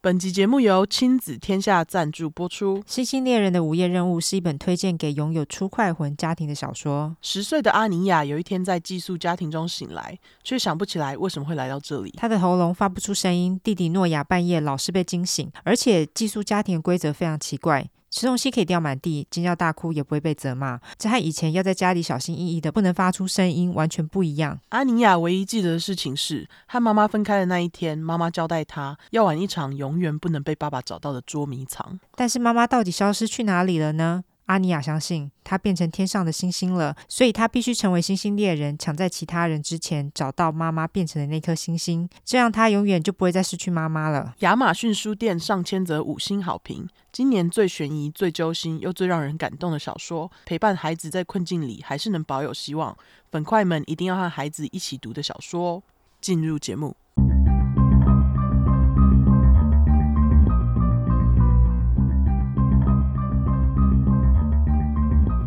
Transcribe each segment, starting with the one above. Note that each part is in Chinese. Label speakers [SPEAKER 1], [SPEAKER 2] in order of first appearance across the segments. [SPEAKER 1] 本集节目由亲子天下赞助播出。
[SPEAKER 2] 《星星猎人的午夜任务》是一本推荐给拥有出快魂家庭的小说。
[SPEAKER 1] 十岁的阿尼亚有一天在寄宿家庭中醒来，却想不起来为什么会来到这里。
[SPEAKER 2] 他的喉咙发不出声音，弟弟诺亚半夜老是被惊醒，而且寄宿家庭的规则非常奇怪。吃东西可以掉满地，尖叫大哭也不会被责骂，这和以前要在家里小心翼翼的不能发出声音完全不一样。
[SPEAKER 1] 阿尼亚唯一记得的事情是，和妈妈分开的那一天，妈妈交代她要玩一场永远不能被爸爸找到的捉迷藏。
[SPEAKER 2] 但是妈妈到底消失去哪里了呢？阿尼亚相信她变成天上的星星了，所以她必须成为星星猎人，抢在其他人之前找到妈妈变成的那颗星星，这样她永远就不会再失去妈妈了。
[SPEAKER 1] 亚马逊书店上千则五星好评，今年最悬疑、最揪心又最让人感动的小说，陪伴孩子在困境里还是能保有希望。粉块们一定要和孩子一起读的小说哦。进入节目，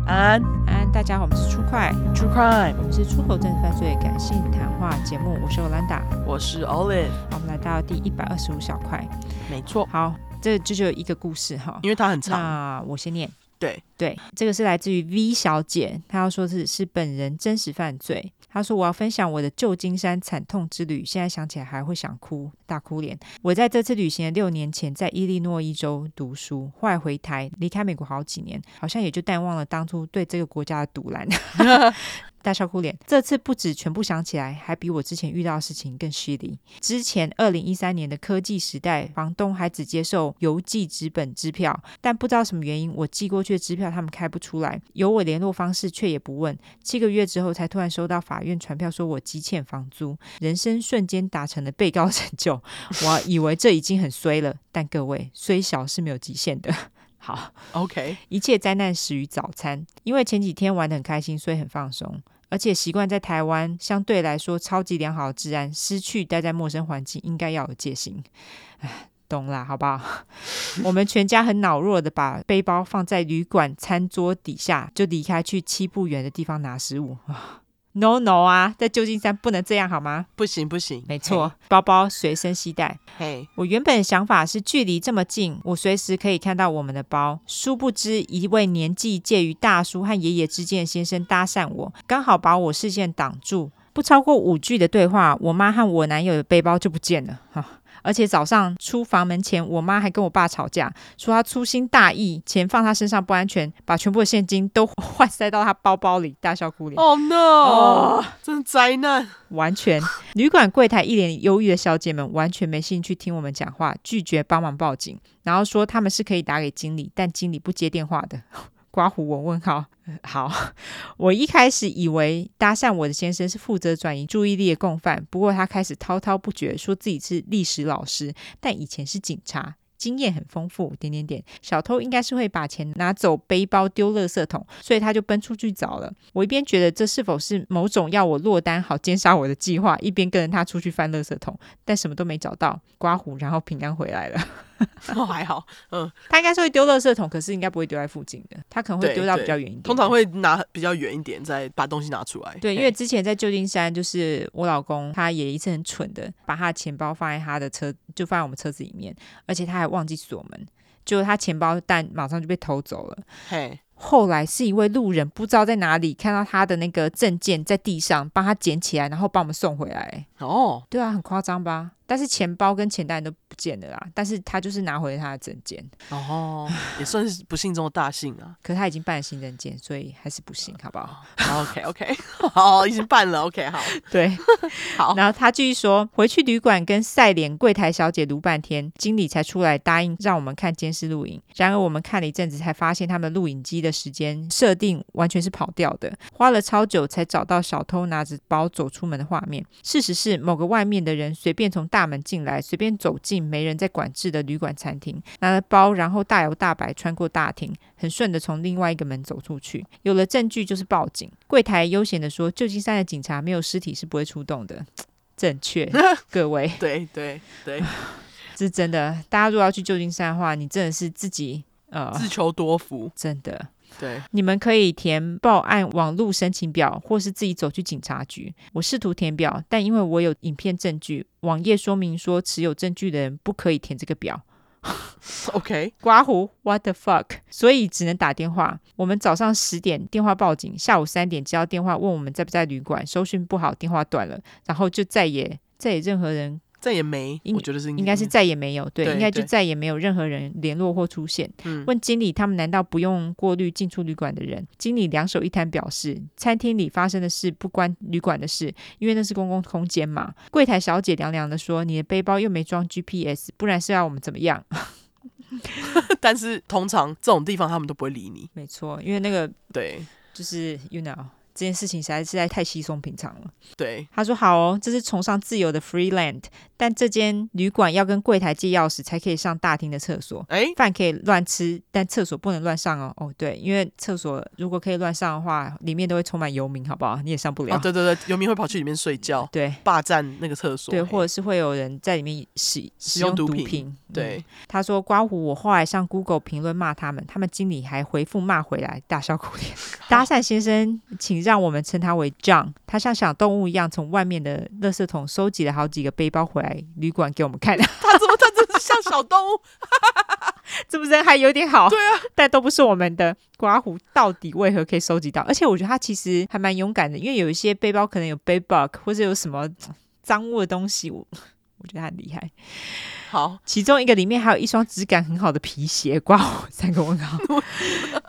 [SPEAKER 1] 安
[SPEAKER 2] 安，大家好，我们是出快，
[SPEAKER 1] True Crime，
[SPEAKER 2] 我们是出口正犯罪感性谈话节目，我是欧兰达。
[SPEAKER 1] 我是 Olive，
[SPEAKER 2] 好，我们来到第一百二十五小块。
[SPEAKER 1] 没错，
[SPEAKER 2] 好，这这就有一个故事哈。
[SPEAKER 1] 因为它很长，
[SPEAKER 2] 那我先念。
[SPEAKER 1] 对，
[SPEAKER 2] 对，这个是来自于 V 小姐，她要说是是本人真实犯罪。她说：“我要分享我的旧金山惨痛之旅，现在想起来还会想哭，大哭脸。我在这次旅行的六年前，在伊利诺伊州读书，后来回台，离开美国好几年，好像也就淡忘了当初对这个国家的独揽。大笑哭脸。这次不止全部想起来，还比我之前遇到的事情更犀利。之前二零一三年的科技时代，房东还只接受邮寄纸本支票，但不知道什么原因，我寄过去的支票他们开不出来，有我联络方式却也不问。七个月之后，才突然收到法院传票，说我积欠房租，人生瞬间达成了被告成就。我以为这已经很衰了，但各位，虽小是没有极限的。 好。
[SPEAKER 1] OK，
[SPEAKER 2] 一切灾难始于早餐，因为前几天玩得很开心，所以很放松，而且习惯在台湾相对来说超级良好的治安，失去待在陌生环境应该要有戒心。唉，懂啦，好不好？ 我们全家很恼弱的把背包放在旅馆餐桌底下，就离开去七步远的地方拿食物。 啊 No no 啊，在旧金山不能这样好吗？
[SPEAKER 1] 不行不行，
[SPEAKER 2] 没错，包包随身携带，
[SPEAKER 1] 嘿，
[SPEAKER 2] 我原本想法是距离这么近，我随时可以看到我们的包。殊不知，一位年纪介于大叔和爷爷之间的先生搭讪我，刚好把我视线挡住。不超过五句的对话，我妈和我男友的背包就不见了。哈、而且早上出房门前，我妈还跟我爸吵架，说她粗心大意，钱放她身上不安全，把全部的现金都 换塞到她包包里，大笑哭脸。
[SPEAKER 1] ，Oh no，、
[SPEAKER 2] 哦
[SPEAKER 1] 真的灾难，
[SPEAKER 2] 完全，旅馆柜台一脸忧郁的小姐们完全没兴趣听我们讲话，拒绝帮忙报警，然后说他们是可以打给经理，但经理不接电话的。 刮胡我问号， 呃好，我一开始以为搭讪我的先生是负责转移注意力的共犯，不过他开始滔滔不绝，说自己是历史老师，但以前是警察。经验很丰富，点点点，小偷应该是会把钱拿走，背包丢垃圾桶，所以他就奔出去找了。我一边觉得这是否是某种要我落单好奸杀我的计划，一边跟着他出去翻垃圾桶，但什么都没找到，刮胡，然后平安回来了。
[SPEAKER 1] 哦还好，嗯，
[SPEAKER 2] 他应该是会丢垃圾桶，可是应该不会丢在附近的，他可能会
[SPEAKER 1] 对
[SPEAKER 2] 丢到
[SPEAKER 1] 对
[SPEAKER 2] 比较远一点。
[SPEAKER 1] 通常会拿比较远一点，再把东西拿出来。
[SPEAKER 2] 对，因
[SPEAKER 1] 嘿
[SPEAKER 2] 为之前在旧金山，就是我老公他也一次很蠢的，把他的钱包放在他的车，就放在我们车子里面，而且他还忘记锁门，结果他钱包但马上就被偷走了。
[SPEAKER 1] 嘿，
[SPEAKER 2] 后来是一位路人不知道在哪里看到他的那个证件在地上，帮他捡起来，然后帮我们送回来。
[SPEAKER 1] 哦，
[SPEAKER 2] 对啊，很夸张吧？但是钱包跟钱袋都不见了啦，但是他就是拿回了他的证件，
[SPEAKER 1] 哦，也算是不幸中的大幸啊。
[SPEAKER 2] 可是他已经办了新证件，所以还是不行，好不好？
[SPEAKER 1] OK OK，好，已 经办了。OK，好，
[SPEAKER 2] 对，
[SPEAKER 1] 好
[SPEAKER 2] 然后他继续说，回去旅馆跟赛莲柜台小姐撸半天，经理才出来答应让我们看监视录影。然而我们看了一阵子，才发现他们录影机的时间设定完全是跑掉的，花了超久才找到小偷拿着包走出门的画面。事实是，某个外面的人随便从大门进来，随便走进没人在管制的旅馆餐厅，拿了包，然后大摇大摆穿过大厅，很顺的从另外一个门走出去。有了证据就是报警。柜台悠闲的说：“旧金山的警察没有尸体是不会出动的。”正确，各位，
[SPEAKER 1] 对对 对，
[SPEAKER 2] 这是真的。大家如果要去旧金山的话，你真的是自己呃，
[SPEAKER 1] 自求多福。
[SPEAKER 2] 真的。
[SPEAKER 1] 对，
[SPEAKER 2] 你们可以填报案网络申请表，或是自己走去警察局。我试图填表，但因为我有影片证据，网页说明说持有证据的人不可以填这个表。
[SPEAKER 1] OK，
[SPEAKER 2] 刮胡，what the fuck？所以只能打电话。我们早上十点电话报警，下午三点接到电话问我们在不在旅馆，收讯不好，电话断了，然后就再也再也任何人
[SPEAKER 1] 再也没，
[SPEAKER 2] 应
[SPEAKER 1] 我觉得是
[SPEAKER 2] 应该是再也没有，对，
[SPEAKER 1] 嗯对
[SPEAKER 2] 应该就
[SPEAKER 1] 对
[SPEAKER 2] 再也没有任何人联络或出现。
[SPEAKER 1] 嗯
[SPEAKER 2] 问经理，他们难道不用过滤进出旅馆的人？经理两手一摊，表示餐厅里发生的事不关旅馆的事，因为那是公共空间嘛。柜台小姐凉凉的说：“你的背包又没装 GPS，不然是要我们怎么样？”
[SPEAKER 1] 但是通常这种地方他们都不会理你。
[SPEAKER 2] 没错，因为那个
[SPEAKER 1] 对
[SPEAKER 2] 就是 you know 这件事情实在实在太稀松平常了。
[SPEAKER 1] 对，
[SPEAKER 2] 他说：“好哦，这是崇尚自由的 free land，但这间旅馆要跟柜台借钥匙才可以上大厅的厕所。”
[SPEAKER 1] 哎、
[SPEAKER 2] 饭可以乱吃，但厕所不能乱上哦。哦，对，因为厕所如果可以乱上的话，里面都会充满游民，好不好？你也上不了。
[SPEAKER 1] 哦，对对对，游民会跑去里面睡觉，
[SPEAKER 2] 对
[SPEAKER 1] 霸占那个厕所。
[SPEAKER 2] 对，
[SPEAKER 1] 嘿
[SPEAKER 2] 或者是会有人在里面使
[SPEAKER 1] 使
[SPEAKER 2] 使
[SPEAKER 1] 用
[SPEAKER 2] 用
[SPEAKER 1] 毒
[SPEAKER 2] 毒
[SPEAKER 1] 品
[SPEAKER 2] 品。嗯
[SPEAKER 1] 对，
[SPEAKER 2] 他说刮胡，我后来上 Google 评论骂他们，他们经理还回复骂回来，大笑苦 脸。搭讪先生，请让我们称他为 John。他像小动物一样从外面的垃圾桶收集了好几个背包回来旅馆给我们看，
[SPEAKER 1] 他怎么他真的像小动物？
[SPEAKER 2] 这不人还有点好，对啊，但都不是我们的刮胡，到底为何可以收集到？而且我觉得他其实还蛮勇敢的，因为有一些背包可能有 bag bug 或者有什么嗯脏污的东西，我我觉得他很厉害。
[SPEAKER 1] 好，
[SPEAKER 2] 其中一个里面还有一双质感很好的皮鞋，刮胡三个问号。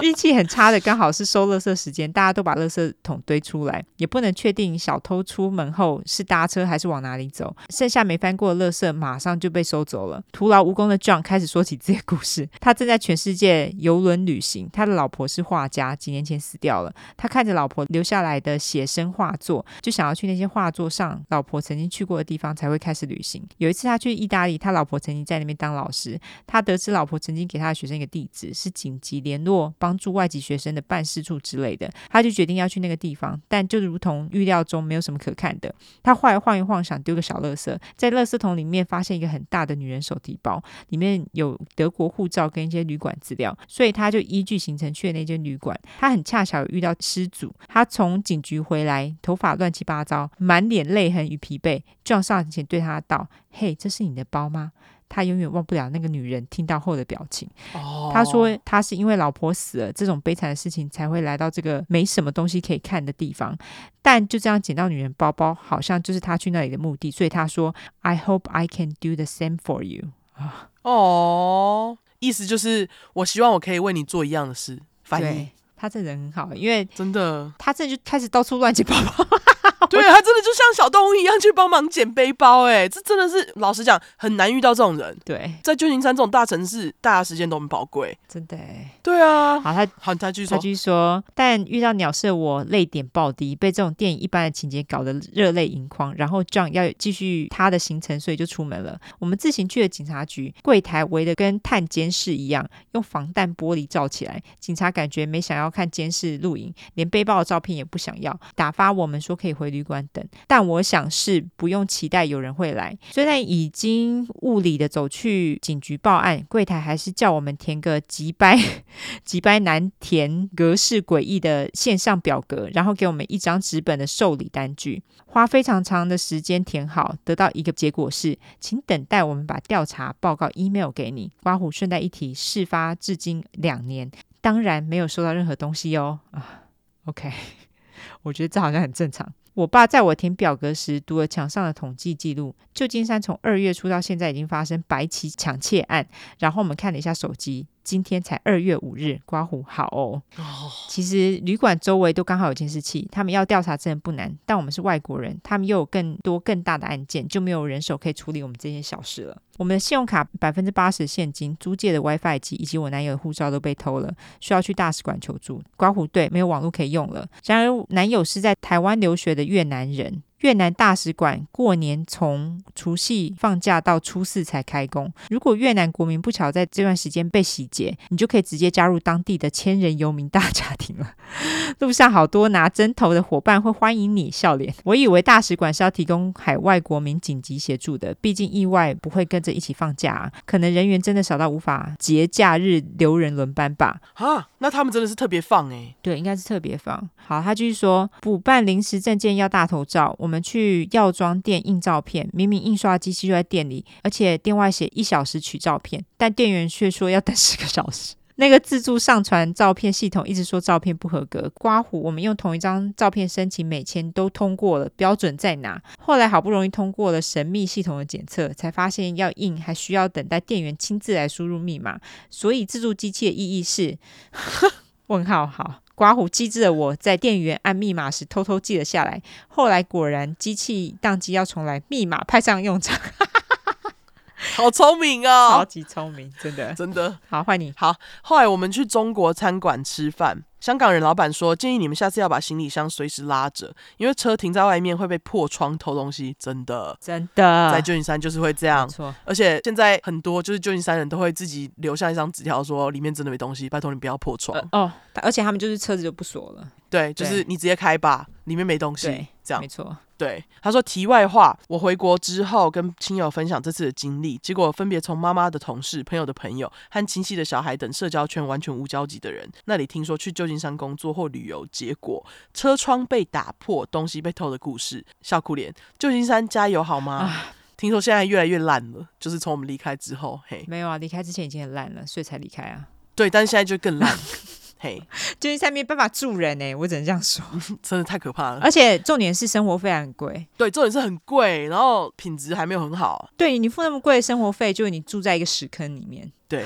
[SPEAKER 2] 运气很差的，刚好是收垃圾时间，大家都把垃圾桶堆出来，也不能确定小偷出门后是搭车还是往哪里走。剩下没翻过的垃圾马上就被收走了。徒劳无功的 John 开始说起自己的故事。他正在全世界游轮旅行，他的老婆是画家，几年前死掉了。他看着老婆留下来的写生画作，就想要去那些画作上老婆曾经去过的地方才会开始旅行。有一次他去意大利，他老婆曾经在那边当老师，他得知老婆曾经给他的学生一个地址，是紧急联络帮助外籍学生的办事处之类的，他就决定要去那个地方，但就如同预料中，没有什么可看的。他后来晃一晃，想丢个小垃圾，在垃圾桶里面发现一个很大的女人手提包，里面有德国护照跟一些旅馆资料，所以他就依据行程去了那间旅馆。他很恰巧有遇到失主，他从警局回来，头发乱七八糟，满脸泪痕与疲惫。John 上前对他道：“嘿，这是你的包吗？”他永远忘不了那个女人听到后的表情。
[SPEAKER 1] 哦，
[SPEAKER 2] 他说他是因为老婆死了这种悲惨的事情，才会来到这个没什么东西可以看的地方。但就这样捡到女人包包，好像就是他去那里的目的。所以他说：“I hope I can do the same for you。”
[SPEAKER 1] 哦，意思就是我希望我可以为你做一样的事。翻译
[SPEAKER 2] 对，他这人很好，因为
[SPEAKER 1] 真 的，
[SPEAKER 2] 他这就开始到处乱捡包包。
[SPEAKER 1] 对他真的就像小动物一样去帮忙捡背包、哎，这真的是老实讲很难遇到这种人。
[SPEAKER 2] 对，
[SPEAKER 1] 在旧金山这种大城市，大家时间都很宝贵。
[SPEAKER 2] 真的耶。
[SPEAKER 1] 对啊，
[SPEAKER 2] 好，他
[SPEAKER 1] 好，他继续
[SPEAKER 2] 他
[SPEAKER 1] 说。
[SPEAKER 2] 继续说，但遇到鸟舍，我泪点暴跌，被这种电影一般的情节搞得热泪盈眶。然后 John 要继续他的行程，所以就出门了。我们自行去了警察局，柜台围得跟探监视一样，用防弹玻璃罩起来。警察感觉没想要看监视录影，连背包的照片也不想要，打发我们说可以回旅馆等。但我想是不用期待有人会来。虽然已经物理的走去警局报案，柜台还是叫我们填个急掰几掰难填格式诡异的线上表格，然后给我们一张纸本的受理单据，花非常长的时间填好，得到一个结果是，请等待我们把调查报告 email 给你。刮胡顺带一提，事发至今两年，当然没有收到任何东西哦。啊，OK，我觉得这好像很正常。我爸在我填表格时读了墙上的统计记录，旧金山从二月初到现在已经发生白旗抢窃案，然后我们看了一下手机，今天才二月五日，刮胡好哦。
[SPEAKER 1] 哦，
[SPEAKER 2] 其实旅馆周围都刚好有监视器，他们要调查真的不难，但我们是外国人，他们又有更多更大的案件，就没有人手可以处理我们这些小事了。我们的信用卡百分之八十现金、租借的 WiFi 机以及我男友的护照都被偷了，需要去大使馆求助。刮胡对，没有网络可以用了。然而，男友是在台湾留学的越南人，越南大使馆过年从除夕放假到初四才开工。如果越南国民不巧在这段时间被洗劫，你就可以直接加入当地的千人游民大家庭了。 路上好多拿针头的伙伴会欢迎你笑脸。我以为大使馆是要提供海外国民紧急协助的，毕竟意外不会跟着一起放假、啊，可能人员真的少到无法节假日留人轮班吧。
[SPEAKER 1] 哈，那他们真的是特别放哎、
[SPEAKER 2] 对，应该是特别房。好，他继续说，补办临时证件要大头照，我们去药妆店印照片，明明印刷机器就在店里，而且店外写一小时取照片，但店员却说要等十个小时。 那个自助上传照片系统一直说照片不合格，刮胡我们用同一张照片申请美签都通过了，标准在哪？后来好不容易通过了神秘系统的检测，才发现要印还需要等待店员亲自来输入密码，所以自助机器的意义是问号好。刮胡机智的我在店员按密码时偷偷记了下来，后来果然机器宕机要重来，密码派上用场，
[SPEAKER 1] 好聪明
[SPEAKER 2] 超
[SPEAKER 1] 哦，
[SPEAKER 2] 级聪明，真的。
[SPEAKER 1] 真的。
[SPEAKER 2] 好，换你。
[SPEAKER 1] 后来我们去中国餐馆吃饭，香港人老板说建议你们下次要把行李箱随时拉着，因为车停在外面会被破窗偷东西，真的。
[SPEAKER 2] 真的，
[SPEAKER 1] 在旧金山就是会这样
[SPEAKER 2] 没，错，
[SPEAKER 1] 而且现在很多就是旧金山人都会自己留下一张纸条，说里面真的没东西，拜托你不要破窗。
[SPEAKER 2] 呃哦，他而且他们就是车子就不锁了，
[SPEAKER 1] 对，就是你直接开吧，里面没东西
[SPEAKER 2] 对。
[SPEAKER 1] 这样
[SPEAKER 2] 没错。
[SPEAKER 1] 对，他说题外话，我回国之后跟亲友分享这次的经历，结果分别从妈妈的同事、朋友的朋友和亲戚的小孩等社交圈完全无交集的人那里听说去旧金山工作或旅游，结果车窗被打破、东西被偷的故事，笑哭脸。旧金山加油好吗？听说现在越来越烂了，就是从我们离开之后，嘿，
[SPEAKER 2] 没有啊，离开之前已经很烂了，所以才离开啊。
[SPEAKER 1] 对，但是现在就更烂，嘿，
[SPEAKER 2] 旧金山没办法住人呢、欸我只能这样说。
[SPEAKER 1] 真的太可怕了。
[SPEAKER 2] 而且重点是生活费还很贵，
[SPEAKER 1] 对，重点是很贵，然后品质还没有很好，
[SPEAKER 2] 对你付那么贵的生活费，就是你住在一个屎坑里面，
[SPEAKER 1] 对，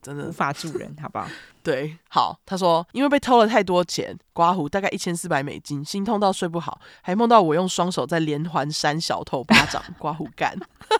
[SPEAKER 1] 真的
[SPEAKER 2] 无法住人，好 不好？
[SPEAKER 1] 对，好，他说因为被偷了太多钱，刮胡大概一千四百美金，心痛到睡不好，还梦到我用双手在连环扇小偷巴掌，刮胡干，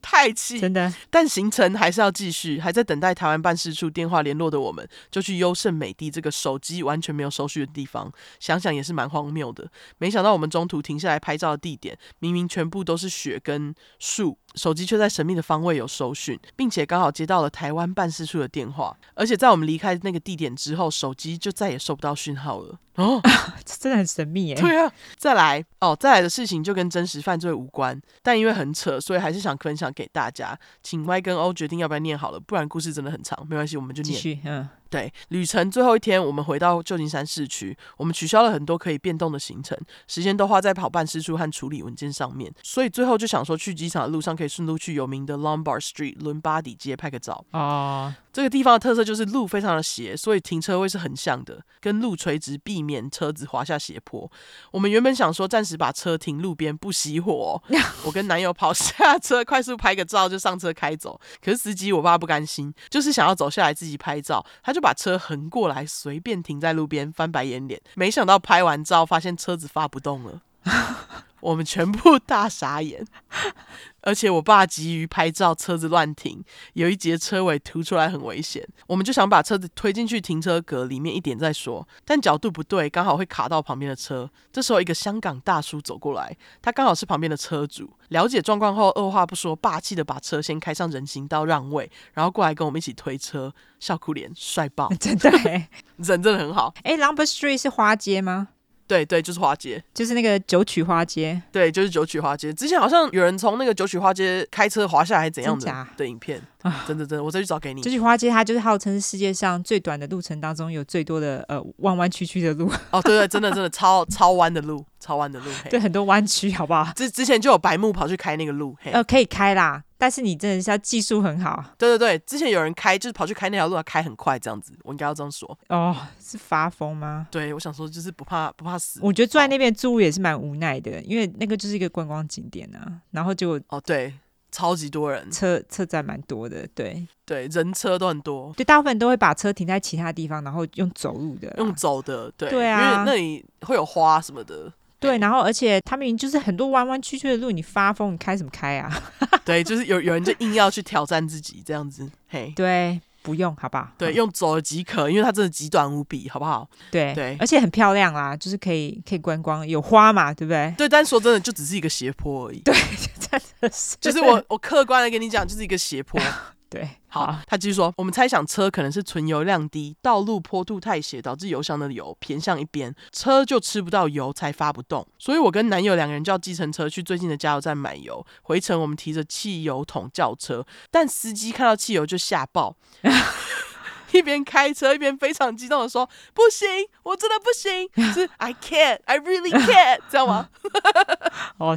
[SPEAKER 1] 太气。
[SPEAKER 2] 真的，
[SPEAKER 1] 但行程还是要继续，还在等待台湾办事处电话联络的我们，就去优胜美地这个手机完全没有收讯的地方，想想也是蛮荒谬的。没想到我们中途停下来拍照的地点，明明全部都是雪跟树，手机却在神秘的方位有收讯，并且刚好接到了台湾办事处的电话，而且在我们离开那个地点之后，手机就再也收不到讯号了。 哦，
[SPEAKER 2] 这真的很神秘耶、
[SPEAKER 1] 对啊，再来哦，再来的事情就跟真实犯罪无关，但因为很扯，所以还是想分享给大家。请 Y 跟 O 决定要不要念好了，不然故事真的很长，没关系，我们就
[SPEAKER 2] 继
[SPEAKER 1] 念。
[SPEAKER 2] 续，嗯，
[SPEAKER 1] 对，旅程最后一天，我们回到旧金山市区，我们取消了很多可以变动的行程，时间都花在跑办事处和处理文件上面，所以最后就想说，去机场的路上可以顺路去有名的 Lombard Street 伦巴底街拍个照。
[SPEAKER 2] 哦，，
[SPEAKER 1] 这个地方的特色就是路非常的斜，所以停车位是横向的，跟路垂直，避免车子滑下斜坡。我们原本想说暂时把车停路边不熄火、哦我跟男友跑下车，快速拍个照就上车开走。可是司机我爸不甘心，就是想要走下来自己拍照，他就把车横过来，随便停在路边，翻白眼脸。没想到拍完照发现车子发不动了，我们全部大傻眼。 而且我爸急于拍照，车子乱停，有一节车尾凸出来很危险，我们就想把车子推进去停车格里面一点再说，但角度不对，刚好会卡到旁边的车。这时候一个香港大叔走过来，他刚好是旁边的车主，了解状况后，二话不说，霸气的把车先开上人行道让位，然后过来跟我们一起推车，笑哭脸，帅爆
[SPEAKER 2] 真的、欸。
[SPEAKER 1] 人真的很好。
[SPEAKER 2] 哎、l u m b e r Street 是花街吗？
[SPEAKER 1] 对对，就是花街，
[SPEAKER 2] 就是那个九曲花街，
[SPEAKER 1] 对，就是九曲花街。之前好像有人从那个九曲花街开车滑下来，还怎样的
[SPEAKER 2] 真假
[SPEAKER 1] 的影片， 真的真的，我再去找给你
[SPEAKER 2] 九。曲花街它就是号称是世界上最短的路程当中有最多的呃弯弯曲曲的路，
[SPEAKER 1] 哦，对对，真的真的超超弯的路，超弯的路。嘿
[SPEAKER 2] 对，很多弯曲，好不好？
[SPEAKER 1] 之之前就有白目跑去开那个路，嘿，
[SPEAKER 2] 呃，可以开啦，但是你真的是要技术很好
[SPEAKER 1] 对对对，之前有人开就是跑去开那条路，他开很快这样子，我应该要这样说。
[SPEAKER 2] 哦，是发疯吗？
[SPEAKER 1] 对，我想说就是不怕不怕死。
[SPEAKER 2] 我觉得住在那边的住户也是蛮无奈的，因为那个就是一个观光景点啊，然后结果
[SPEAKER 1] 哦，对，超级多人，
[SPEAKER 2] 车车站蛮多的，对
[SPEAKER 1] 对，人车都很多，
[SPEAKER 2] 对，大部分人都会把车停在其他地方，然后用走路的啦，
[SPEAKER 1] 用走的，对，
[SPEAKER 2] 呃对啊
[SPEAKER 1] 因为那里会有花什么的，
[SPEAKER 2] 对，
[SPEAKER 1] 嘿
[SPEAKER 2] 然后而且他们就是很多弯弯曲曲的路，你发疯，你开什么开啊？
[SPEAKER 1] 对，就是有有人就硬要去挑战自己这样子，嘿，
[SPEAKER 2] 对，不用，好不好？
[SPEAKER 1] 对，
[SPEAKER 2] 嗯
[SPEAKER 1] 用走了即可，因为它真的极短无比，好不好？
[SPEAKER 2] 对
[SPEAKER 1] 对
[SPEAKER 2] 而且很漂亮啦，就是可以可以观光，有花嘛，对不对？
[SPEAKER 1] 对，但说真的，就只是一个斜坡而已。
[SPEAKER 2] 真的是，
[SPEAKER 1] 就是我，我客观的跟你讲，就是一个斜坡。
[SPEAKER 2] 对，
[SPEAKER 1] 好，他继续说，我们猜想车可能是存油量低，道路坡度太斜，导致油箱的油偏向一边，车就吃不到油，才发不动。所以我跟男友两个人叫计程车去最近的加油站买油，回程我们提着汽油桶叫车，但司机看到汽油就吓爆。 一边开车一边非常激动的说：“不行，我真的不行，是 I can't, I really can't，知道吗？”
[SPEAKER 2] 好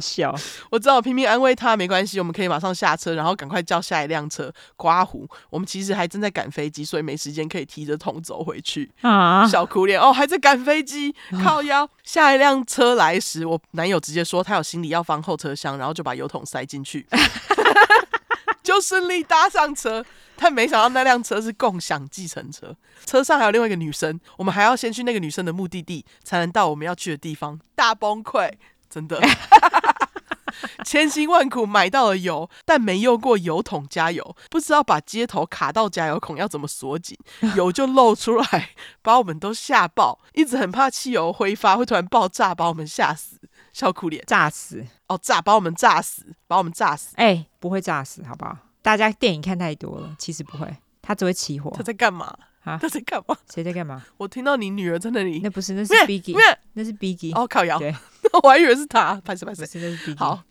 [SPEAKER 2] 笑，
[SPEAKER 1] 我只好拼命安慰他，没关系，我们可以马上下车，然后赶快叫下一辆车。刮胡，我们其实还正在赶飞机，所以没时间可以提着桶走回去。
[SPEAKER 2] 啊，
[SPEAKER 1] 小苦脸哦，还在赶飞机，靠腰。下一辆车来时，我男友直接说他有行李要放后车厢，然后就把油桶塞进去， 就顺利搭上车。但没想到那辆车是共享计程车，车上还有另外一个女生，我们还要先去那个女生的目的地，才能到我们要去的地方。大崩溃，真的。 千辛万苦买到了油，但没用过油桶加油，不知道把接头卡到加油孔要怎么锁紧，油就漏出来，把我们都吓爆，一直很怕汽油挥发会突然爆炸，把我们吓死，笑哭脸
[SPEAKER 2] 炸死！
[SPEAKER 1] 哦，炸把我们炸死，把我们炸死，
[SPEAKER 2] 哎、不会炸死，好不好？大家电影看太多了，其实不会，它只会起火
[SPEAKER 1] 他。在干嘛？
[SPEAKER 2] 啊
[SPEAKER 1] 他在干嘛？
[SPEAKER 2] 谁在干嘛？
[SPEAKER 1] 我听到你女儿在那里
[SPEAKER 2] 那，不是，那是
[SPEAKER 1] 咩
[SPEAKER 2] Biggie，
[SPEAKER 1] 咩
[SPEAKER 2] 那是 Biggie，、
[SPEAKER 1] 哦靠摇
[SPEAKER 2] 对，
[SPEAKER 1] 我还以为是他，拍谁拍
[SPEAKER 2] 不
[SPEAKER 1] 谁，
[SPEAKER 2] 是，那是啊 Biggie。
[SPEAKER 1] 好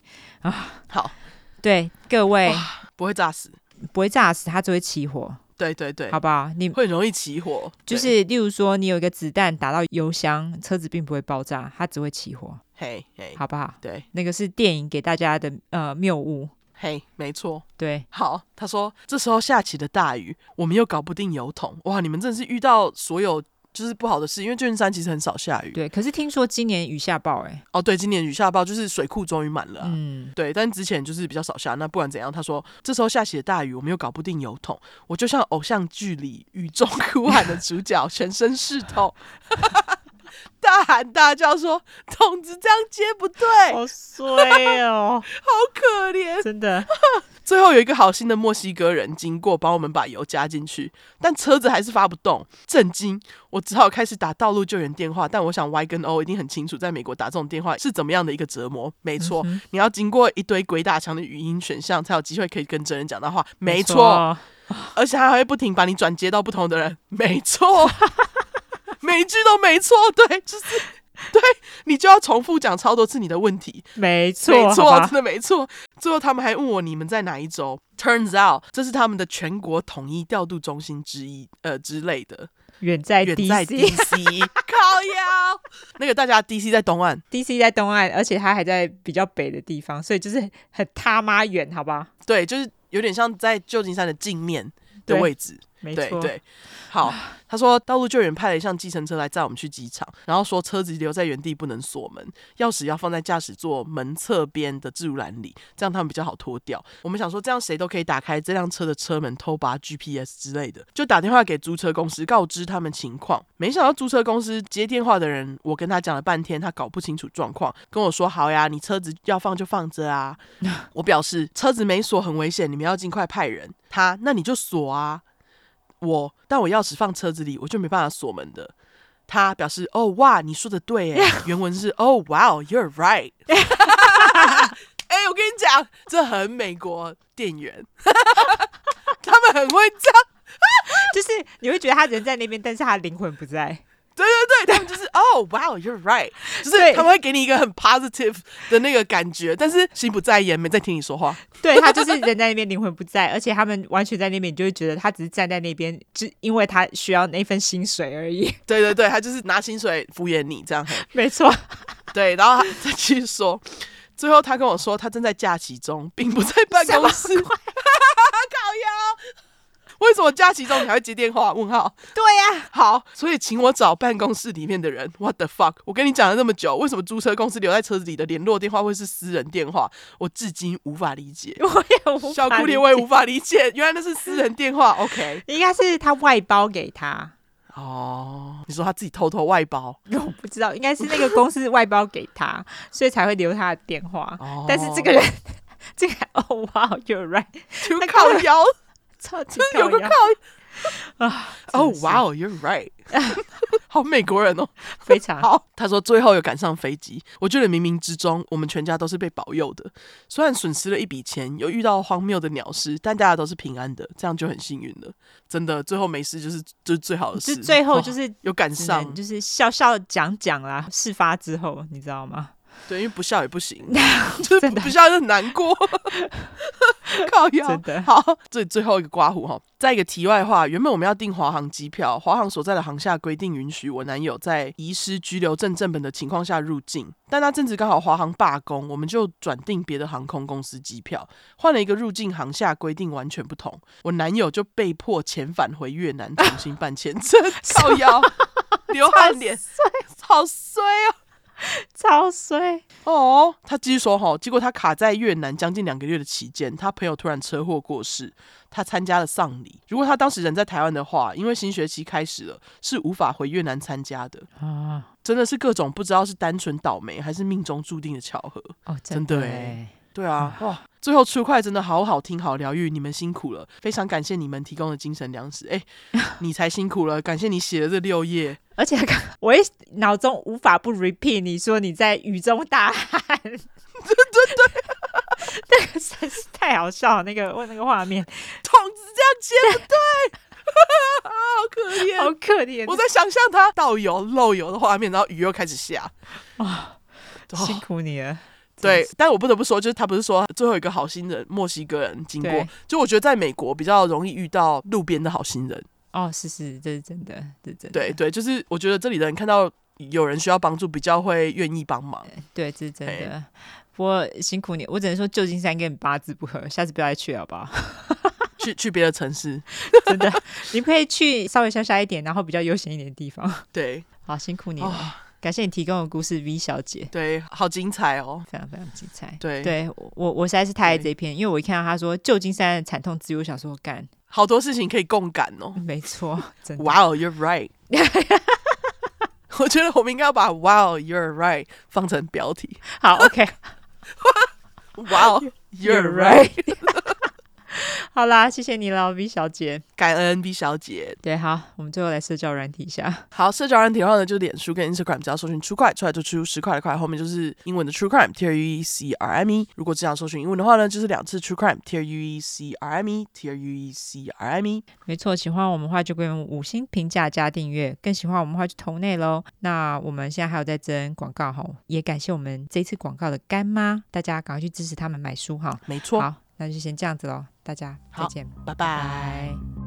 [SPEAKER 1] 好
[SPEAKER 2] 对各位
[SPEAKER 1] 不会炸死，
[SPEAKER 2] 不会炸死，它只会起火，
[SPEAKER 1] 对对对
[SPEAKER 2] 好，不好？你
[SPEAKER 1] 会容易起火，
[SPEAKER 2] 就
[SPEAKER 1] 对
[SPEAKER 2] 是例如说，你有一个子弹打到油箱，车子并不会爆炸，它只会起火，
[SPEAKER 1] 嘿嘿
[SPEAKER 2] 好不好？
[SPEAKER 1] 对
[SPEAKER 2] 那个是电影给大家的呃谬误，
[SPEAKER 1] 嘿，没错。
[SPEAKER 2] 对，
[SPEAKER 1] 好，他说这时候下起的大雨，我们又搞不定油桶，哇！你们真的是遇到所有就是不好的事，因为旧金山其实很少下雨。
[SPEAKER 2] 对，可是听说今年雨下暴、欸，
[SPEAKER 1] 哦，对，今年雨下暴就是水库终于满了啊、
[SPEAKER 2] 嗯，
[SPEAKER 1] 对，但之前就是比较少下。那不管怎样，他说这时候下起的大雨，我们又搞不定油桶，我就像偶像剧里雨中哭喊的主角，全身湿透， 大喊大叫说：“筒子这样接不对，
[SPEAKER 2] 哦
[SPEAKER 1] 好
[SPEAKER 2] 衰 哦，
[SPEAKER 1] 可怜。”
[SPEAKER 2] 真的，
[SPEAKER 1] 最后有一个好心的墨西哥人经过，帮我们把油加进去，但车子还是发不动。震惊！我只好开始打道路救援电话，但我想 Y 跟 O 一定很清楚，在美国打这种电话是怎么样的一个折磨。没错，你要经过一堆鬼打墙的语音选项，才有机会可以跟真人讲到话。没错，，而且还会不停把你转接到不同的人。没错， 每一句都没错，对，就是对你就要重复讲超多次你的问题，
[SPEAKER 2] 没错，
[SPEAKER 1] 没
[SPEAKER 2] 好
[SPEAKER 1] 错，
[SPEAKER 2] 吧
[SPEAKER 1] 真的没错。最后他们还问我你们在哪一州？Turns out，这是他们的全国统一调度中心之一，呃之类的，
[SPEAKER 2] 远在
[SPEAKER 1] 远在
[SPEAKER 2] DC，DC
[SPEAKER 1] DC，靠腰。那个大家 DC 在东岸，
[SPEAKER 2] 在东岸，而且它还在比较北的地方，所以就是很他妈远，好吧？
[SPEAKER 1] 对，就是有点像在旧金山的镜面的
[SPEAKER 2] 对
[SPEAKER 1] 位置。
[SPEAKER 2] 没
[SPEAKER 1] 对
[SPEAKER 2] 错，
[SPEAKER 1] 对，好，他说道路救援派了一辆计程车来载我们去机场，然后说车子留在原地不能锁门，钥匙要放在驾驶座门侧边的置物篮里，这样他们比较好脱掉。我们想说这样谁都可以打开这辆车的车门偷拔 GPS 之类的，就打电话给租车公司告知他们情况。没想到租车公司接电话的人，我跟他讲了半天，他搞不清楚状况，跟我说好呀，你车子要放就放着啊。 我表示车子没锁很危险，你们要尽快派人。他那你就锁啊。我，但我钥匙放车子里，我就没办法锁门的。他表示：“哦哇，你说的对诶，原文是 ‘Oh wow, you're right’。” 哎、我跟你讲，这很美国店员， 他们很会这样。
[SPEAKER 2] 就是你会觉得他人在那边，但是他灵魂不 在，
[SPEAKER 1] 对对对，他们就是哦，wow, you're right，就是
[SPEAKER 2] 对
[SPEAKER 1] 他们会给你一个很 positive 的那个感觉，但是心不在焉，没在听你说话。
[SPEAKER 2] 对他就是人在那边，灵魂不在，而且他们完全在那边，你就会觉得他只是站在那边，只因为他需要那份薪水而已，
[SPEAKER 1] 对对对，他就是拿薪水敷衍你这样。
[SPEAKER 2] 没错，
[SPEAKER 1] 对，然后他再继续说，最后他跟我说，他正在假期中，并不在办公室。 靠腰，为什么假期中你还会接电话？问号。
[SPEAKER 2] 对呀、
[SPEAKER 1] 好，所以请我找办公室里面的人。What the fuck！我跟你讲了那么久，为什么租车公司留在车子里的联络电话会是私人电话？我至今无法理解。
[SPEAKER 2] 我也无法
[SPEAKER 1] 小狐
[SPEAKER 2] 理
[SPEAKER 1] 狸我也
[SPEAKER 2] 解
[SPEAKER 1] 无法理解，原来那是私人电话。OK，
[SPEAKER 2] 应该是他外包给他，
[SPEAKER 1] 哦，你说他自己偷偷外包，
[SPEAKER 2] 我不知道，应该是那个公司外包给他，所以才会留他的电话。
[SPEAKER 1] 哦
[SPEAKER 2] 但是这个人，这个哦哇、wow,，You're right，
[SPEAKER 1] 就靠腰，
[SPEAKER 2] 超级
[SPEAKER 1] 真的有个
[SPEAKER 2] 高
[SPEAKER 1] 靠腰。
[SPEAKER 2] 压
[SPEAKER 1] 哦，
[SPEAKER 2] 真的是
[SPEAKER 1] 哇哦，You're right，好美国人哦。
[SPEAKER 2] 非常
[SPEAKER 1] 好，他说最后有赶上飞机，我觉得冥冥之中我们全家都是被保佑的。虽然损失了一笔钱，又遇到荒谬的鸟事，但大家都是平安的，这样就很幸运了。真的，最后没事就是就是最好的
[SPEAKER 2] 就
[SPEAKER 1] 事。
[SPEAKER 2] 最后
[SPEAKER 1] 哇
[SPEAKER 2] 就是
[SPEAKER 1] 有赶
[SPEAKER 2] 只
[SPEAKER 1] 上
[SPEAKER 2] 能，就是笑笑讲讲啦。事发之后，你知道吗？
[SPEAKER 1] 对，因为不笑也不 行， 就是
[SPEAKER 2] 真
[SPEAKER 1] 不
[SPEAKER 2] 的
[SPEAKER 1] 不笑就很难过， 靠腰
[SPEAKER 2] 真。的
[SPEAKER 1] 啊好，这最后一个刮胡哈。再一个题外话，原本我们要订华航机票，华航所在的航厦规定允许我男友在遗失居留证正本的情况下入境，但那阵子刚好华航罢工，我们就转订别的航空公司机票，换了一个入境航厦规定完全不同，我男友就被迫遣返回越南重新办签证，靠腰，流汗脸，好衰哦。
[SPEAKER 2] 超衰，
[SPEAKER 1] 哦，他继续说哈，结果他卡在越南将近两个月的期间，他朋友突然车祸过世，他参加了丧礼。如果他当时人在台湾的话，因为新学期开始了，是无法回越南参加的。
[SPEAKER 2] 啊！
[SPEAKER 1] 真的是各种不知道是单纯倒霉还是命中注定的巧合。
[SPEAKER 2] 哦，
[SPEAKER 1] 真的
[SPEAKER 2] 的
[SPEAKER 1] 欸
[SPEAKER 2] 欸
[SPEAKER 1] 对啊，哇，最后出快真的好好听，好疗愈，你们辛苦了，非常感谢你们提供的精神粮食。 哎、你才辛苦了，感谢你写的这六 页。
[SPEAKER 2] 而且刚我一脑中无法不 repeat 你说你在雨中大喊，对对对，那个实在是太好笑了，那个那个画面
[SPEAKER 1] 筒子这样接不对， 好可怜哦
[SPEAKER 2] 好可怜，
[SPEAKER 1] 我在想象他倒油漏油的画面，然后雨又开始下啊。
[SPEAKER 2] 辛
[SPEAKER 1] 哦
[SPEAKER 2] 苦你了，
[SPEAKER 1] 对，但我不得不说，就是他不是说最后一个好心人墨西哥人经过
[SPEAKER 2] 对，
[SPEAKER 1] 就我觉得在美国比较容易遇到路边的好心人。
[SPEAKER 2] 哦，是是，这是真的，这是真的，
[SPEAKER 1] 对对，就是我觉得这里的人看到有人需要帮助，比较会愿意帮忙。
[SPEAKER 2] 对，这是真
[SPEAKER 1] 嘿
[SPEAKER 2] 的。不过辛苦你，我只能说旧金山跟你八字不合，下次不要再去了，好 不好？
[SPEAKER 1] 去去别的城市，
[SPEAKER 2] 真的，你可以去稍微乡下一点，然后比较悠闲一点的地方。
[SPEAKER 1] 对
[SPEAKER 2] 好，辛苦你了，
[SPEAKER 1] 啊，
[SPEAKER 2] 感谢你提供的故事，V 小姐。
[SPEAKER 1] 对，好精彩哦。
[SPEAKER 2] 非常非常精彩。
[SPEAKER 1] 对
[SPEAKER 2] 对我我我实在是太爱这一篇，因为我一看到他说旧金山的惨痛之路，我想说干，
[SPEAKER 1] 好多事情可以共感哦。
[SPEAKER 2] 没 错，真的。
[SPEAKER 1] Wow, you're right 。 我觉得我们应该要把 “Wow, you're right” 放成标题。
[SPEAKER 2] 好，OK，
[SPEAKER 1] Wow, you're
[SPEAKER 2] You're
[SPEAKER 1] right。
[SPEAKER 2] 好啦，谢谢你了，V 小姐。
[SPEAKER 1] 感恩 B 小姐。
[SPEAKER 2] 对，好，我们最后来社交软体一下。
[SPEAKER 1] 好，社交软体的话呢，就是脸书跟 Instagram，只要搜寻 True Crime 出来就出十块的块，后面就是英文的 True Crime，T R U E C R M E。如果只想搜寻英文的话呢，就是两次 True Crime，T R U E C R M E，T R U E C R M E。
[SPEAKER 2] 没错，喜欢我们的话就给我们五星评价加订阅，更喜欢我们的话就投内喽。那我们现在还有在征广告哈，也感谢我们这次广告的干妈，大家赶快去支持他们买书哈。
[SPEAKER 1] 没错，
[SPEAKER 2] 好，那就先这样子喽，大家再
[SPEAKER 1] 好
[SPEAKER 2] 见，
[SPEAKER 1] 拜拜。
[SPEAKER 2] 拜。